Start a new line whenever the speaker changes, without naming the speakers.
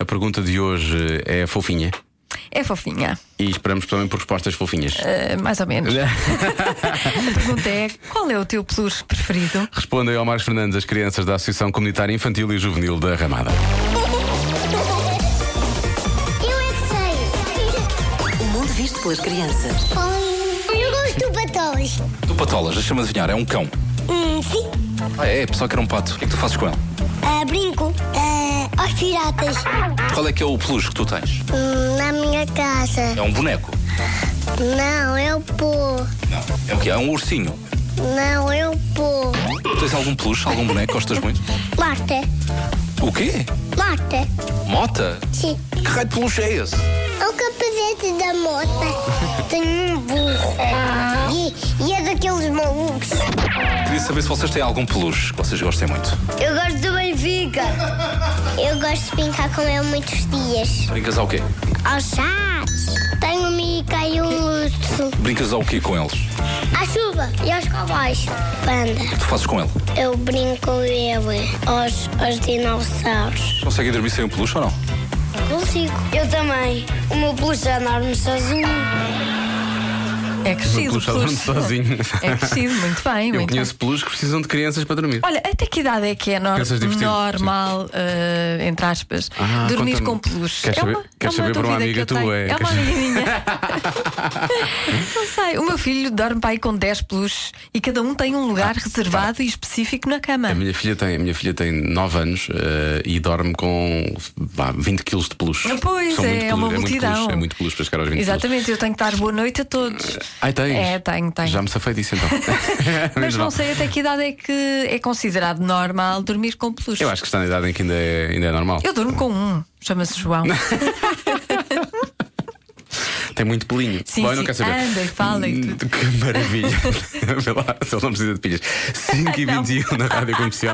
A pergunta de hoje é fofinha
É fofinha,
e esperamos também por respostas fofinhas.
eh, mais ou menos. A pergunta é: qual é o teu peluche preferido?
Respondem ao Marcos Fernandes as crianças da Associação Comunitária Infantil e Juvenil da Ramada.
Eu é que sei.
O mundo visto pelas crianças.
Eu gosto de batolas.
Tu patolas, deixa-me adivinhar, é um cão.
Hum, sim.
Ah, é, pessoal que era um pato. O que é que tu fazes com ele?
Ah, brinco. Ah, aos piratas.
Qual é que é o peluche que tu tens?
Hum, na minha casa.
É um boneco?
Não, eu pô.
Não. É o quê? É um ursinho?
Não, eu pô.
Tu tens algum peluche, algum boneco que gostas muito?
Mata.
O quê?
Mata.
Mota?
Sim.
Que raio de peluche é esse?
É o capacete da moto. Tenho um burro. E, e é daqueles malucos.
Queria saber se vocês têm algum peluche que vocês gostem muito.
Eu gosto do Benfica. Eu gosto de brincar com ele muitos dias.
Brincas ao quê?
Aos chás. Tenho um mica e um urso.
Brincas ao quê com eles? é
À chuva e aos cowboys. Panda,
Tu fazes com ele?
eu brinco com ele aos, aos dinossauros.
Conseguem dormir sem um peluche ou não?
Consigo. Eu também. O meu peluche é andar-me sozinho.
É crescido.
peluche andando sozinho.
É crescido, muito bem,
Eu
muito
conheço
bem.
peluches que precisam de crianças para dormir.
Olha, até que idade é que é nor-
Crianças divertidas,
normal, eh, entre aspas,
Ah,
dormir
conta-me.
com peluche?
Queres
é uma,
saber-
é
queres
uma
saber por uma
dúvida
amiga
que eu
tua,
tenho.
é?
É uma
Queres-
amiga minha. Não sei, o meu filho dorme pai com 10 peluches e cada um tem um
Ah,
lugar reservado e específico na cama.
A minha filha tem, a minha filha tem 9 anos eh, e dorme com vá, 20 quilos de peluche.
Pois,
São
é,
muito
é uma
peluche, É
multidão.
muito peluche, é muito peluche para chegar aos 20
Exatamente, eu tenho que dar boa noite a todos.
quilos. Ai, tens?
É, tenho, tenho.
Já me safei disso então.
Mas
Geral.
não sei até que idade é que é considerado normal dormir com peluche.
Eu acho que está na idade em que ainda é, ainda é normal.
Eu durmo com um, chama-se João.
Tem muito pelinho.
Sim,
Bom, eu
sim,
não quero saber.
anda e fala e
Hum, Que maravilha. Vê lá, se ele não precisa de pilhas. 5 e 21 na rádio comercial.